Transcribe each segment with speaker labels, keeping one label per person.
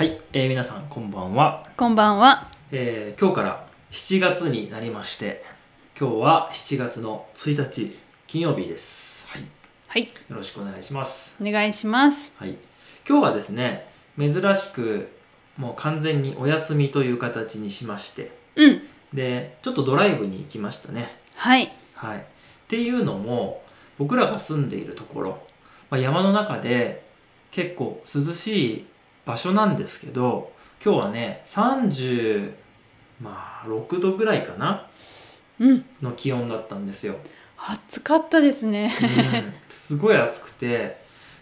Speaker 1: えー皆さんこんばんは、
Speaker 2: こんばんは。
Speaker 1: えー今日から7月になりまして今日は7月の1日金曜日ですはいよ
Speaker 2: はい、
Speaker 1: ろしくお願いします
Speaker 2: お願いします。
Speaker 1: はい今日はですね珍しくもう完全にお休みという形にしまして
Speaker 2: うん、
Speaker 1: でちょっとドライブに行きましたね
Speaker 2: はい、
Speaker 1: はいっていうのも僕らが住んでいるところ、まあ、山の中で結構涼しい場所なんですけど今日はね36度ぐらいかな
Speaker 2: うん、
Speaker 1: の気温だったんですよ、
Speaker 2: 暑かったで すね。
Speaker 1: うんすごい暑くて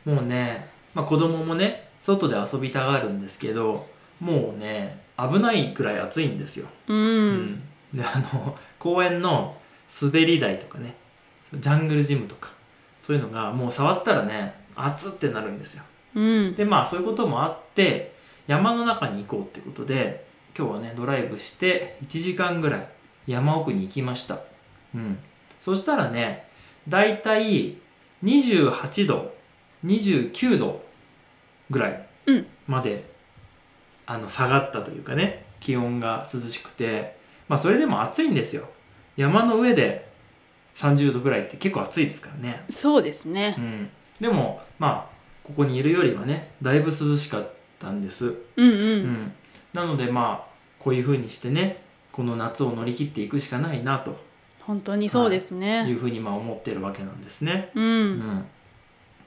Speaker 1: もうね、まあ、子供もね外で遊びたがるんですけどもうね危ないくらい暑いんですよ
Speaker 2: う、
Speaker 1: うんんであの公園の滑り台とかねジャングルジムとかそういうのがもう触ったらね熱ってなるんですよ
Speaker 2: うん、
Speaker 1: でまあそういうこともあって山の中に行こうってことで今日はねドライブして1時間ぐらい山奥に行きましたうんそしたらねだいたい28度29度ぐらい
Speaker 2: うん
Speaker 1: まで、あの下がったというかね気温が涼しくてまあそれでも暑いんですよ山の上で30度ぐらいって結構暑いですからね
Speaker 2: そうですね
Speaker 1: う。ん、でもまあここにいるよりはねだいぶ涼しかったんです、
Speaker 2: うん、う、
Speaker 1: うんん、なのでまあこういう風にしてねこの夏を乗り切っていくしかないなと
Speaker 2: 本当にそうで
Speaker 1: い
Speaker 2: すね。
Speaker 1: う風にまあ思ってるわけなんですね、
Speaker 2: う、
Speaker 1: うんん、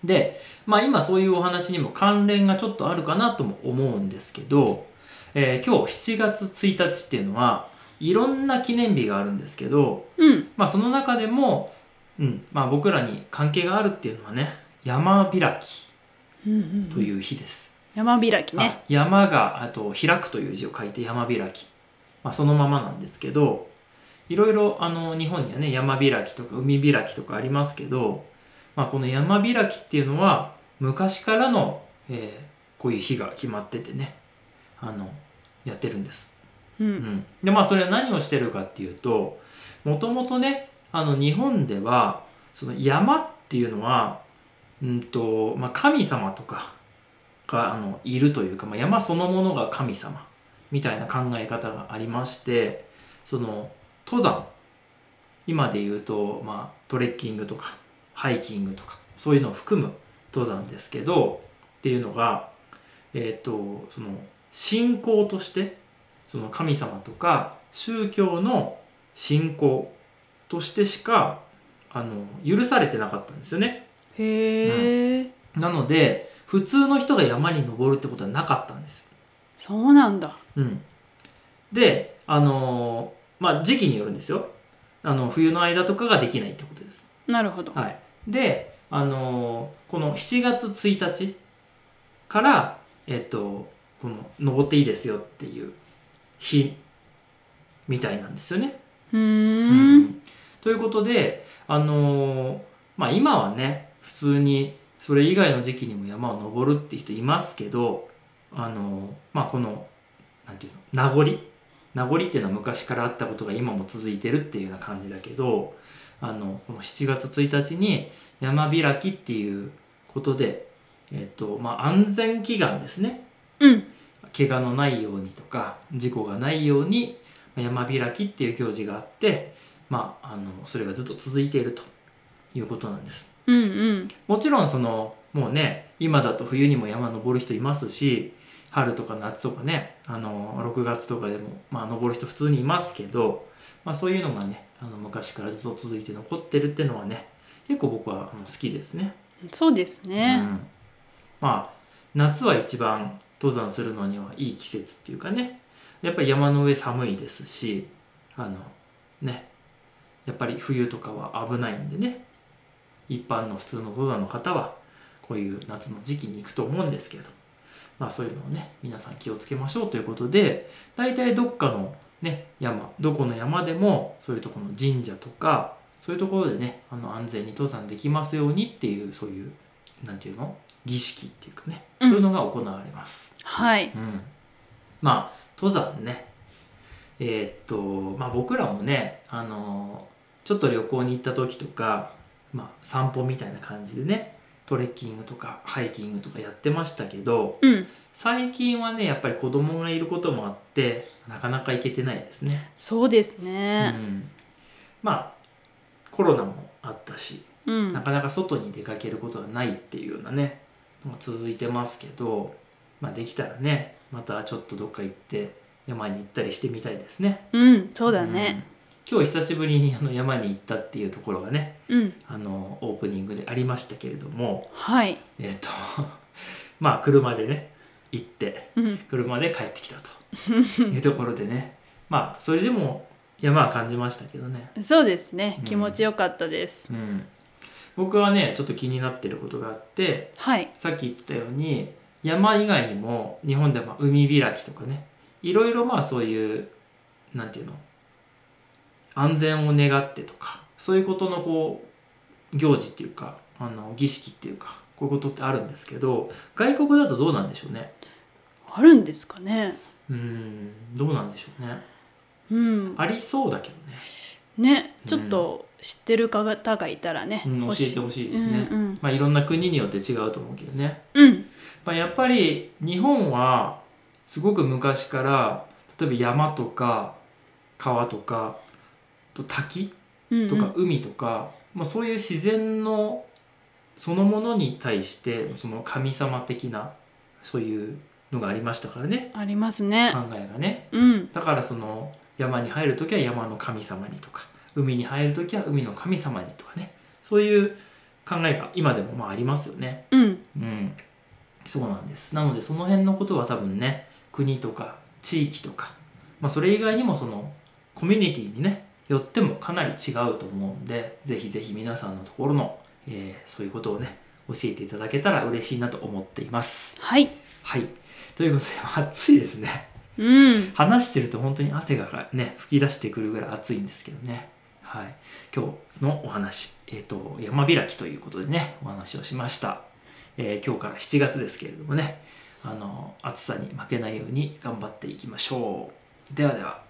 Speaker 1: でまあ今そういうお話にも関連がちょっとあるかなとも思うんですけど、えー今日7月1日っていうのはいろんな記念日があるんですけど、
Speaker 2: うん、
Speaker 1: まあ、その中でも、うんまあ、僕らに関係があるっていうのはね山開き
Speaker 2: うん、うん
Speaker 1: という日です、
Speaker 2: 山開き
Speaker 1: あ
Speaker 2: ね。
Speaker 1: 山があと開くという字を書いて山開き、まあ、そのままなんですけどいろいろあの日本にはね山開きとか海開きとかありますけど、まあ、この山開きっていうのは昔からの、えーこういう日が決まっててねあのやってるんです、
Speaker 2: う、
Speaker 1: うんん、でまあそれは何をしてるかっていうともともとねあの日本ではその山っていうのは、うんとまあ、神様とかがあのいるというか、まあ、山そのものが神様みたいな考え方がありましてその登山今で言うと、まあ、トレッキングとかハイキングとかそういうのを含む登山ですけどっていうのが、えっとその信仰としてその神様とか宗教の信仰としてしかあの許されてなかったんですよね。
Speaker 2: へえ、
Speaker 1: なので普通の人が山に登るってことはなかったんです。
Speaker 2: そうなんだ。
Speaker 1: うん、であのーまあ時期によるんですよ。あの冬の間とかができないってことです。
Speaker 2: なるほど。
Speaker 1: はい、で、あのーこの7月1日から、えっと、この登っていいですよっていう日みたいなんですよね。
Speaker 2: う
Speaker 1: う
Speaker 2: ーん、
Speaker 1: んということで、あのーまあ、今はね普通にそれ以外の時期にも山を登るって人いますけど、あのーまあ、このなんていうの名残名残っていうのは昔からあったことが今も続いてるっていうような感じだけどあのこの7月1日に山開きっていうことで、えっとまあ、安全祈願ですね
Speaker 2: うん、
Speaker 1: 怪我のないようにとか事故がないようにまあ山開きっていう行事があって、まあ、あのそれがずっと続いているということなんです
Speaker 2: うん、うん、
Speaker 1: もちろんそのもうね今だと冬にも山登る人いますし春とか夏とかねあの6月とかでも、まあ、登る人普通にいますけど、まあ、そういうのがねあの昔からずっと続いて残ってるっていうのはね結構僕はあの好きですね。
Speaker 2: そうです
Speaker 1: う
Speaker 2: ね。
Speaker 1: ん、まあ夏は一番登山するのにはいい季節っていうかねやっぱり山の上寒いですしあのねやっぱり冬とかは危ないんでね一般の普通の登山の方はこういう夏の時期に行くと思うんですけどまあそういうのをね皆さん気をつけましょうということで大体どっかのね山どこの山でもそういうところの神社とかそういうところでねあの安全に登山できますようにっていうそういうなんていうの儀式っていうかね、
Speaker 2: うん
Speaker 1: そういうのが行われます、
Speaker 2: はい、
Speaker 1: うん、まあ登山ねえーっとまあ僕らもねあのちょっと旅行に行った時とか、まあ、散歩みたいな感じでねトレッキングとかハイキングとかやってましたけど
Speaker 2: うん
Speaker 1: 最近はねやっぱり子供がいることもあってなかなか行けてないですね、
Speaker 2: そうです
Speaker 1: う
Speaker 2: ね。
Speaker 1: ん、まあコロナもあったし
Speaker 2: うん
Speaker 1: なかなか外に出かけることがないっていうようなねのが続いてますけど、まあ、できたらねまたちょっとどっか行って山に行ったりしてみたいですね
Speaker 2: うん、そうだね。
Speaker 1: うん、今日久しぶりにあの山に行ったっていうところがね
Speaker 2: うん、
Speaker 1: あのオープニングでありましたけれども
Speaker 2: はい。
Speaker 1: えっ、と まあ車でね行って
Speaker 2: うん、
Speaker 1: 車で帰ってきたと いうところでねまあそれでも山は感じましたけどね、
Speaker 2: そうですね
Speaker 1: う。ん
Speaker 2: 気持ちよかったです。
Speaker 1: うん、僕はねちょっと気になってることがあって
Speaker 2: はい。
Speaker 1: さっき言ってたように山以外にも日本ではまあ海開きとかねいろいろまあそういうなんていうの安全を願ってとかそういうことのこう行事っていうかあの儀式っていうかこういうことってあるんですけど外国だとどうなんでしょうね
Speaker 2: あるんですかね。
Speaker 1: うんどうなんでしょうね
Speaker 2: うん。
Speaker 1: ありそうだけどね、
Speaker 2: ね、
Speaker 1: うん
Speaker 2: ちょっと知ってる方がいたらね。
Speaker 1: うん、教えてほしいですね、
Speaker 2: うん、
Speaker 1: まあいろんな国によって違うと思うけどね、
Speaker 2: うん、うん、
Speaker 1: まあ、やっぱり日本はすごく昔から例えば山とか川とかあと滝
Speaker 2: うんうん
Speaker 1: とか。海とか、まあ、そういう自然のそのものに対してその神様的なそういうのがありましたからね
Speaker 2: あります
Speaker 1: 考
Speaker 2: ね。
Speaker 1: えがね
Speaker 2: うん、
Speaker 1: だからその山に入る時は山の神様にとか海に入る時は海の神様にとかねそういう考えが今でもまあありますよね。
Speaker 2: うん、
Speaker 1: うん、そうなんですなのでその辺のことは多分ね国とか地域とか、まあ、それ以外にもそのコミュニティにねよってもかなり違うと思うんでぜひぜひ皆さんのところの、えーそういうことをね教えていただけたら嬉しいなと思っています。
Speaker 2: はい。
Speaker 1: はいということで 暑いですね。
Speaker 2: うん、
Speaker 1: 話してると本当に汗がかね吹き出してくるぐらい暑いんですけどね、はい、今日のお話、えー、と山開きということでねお話をしました、えー今日から7月ですけれどもねあの暑さに負けないように頑張っていきましょうではでは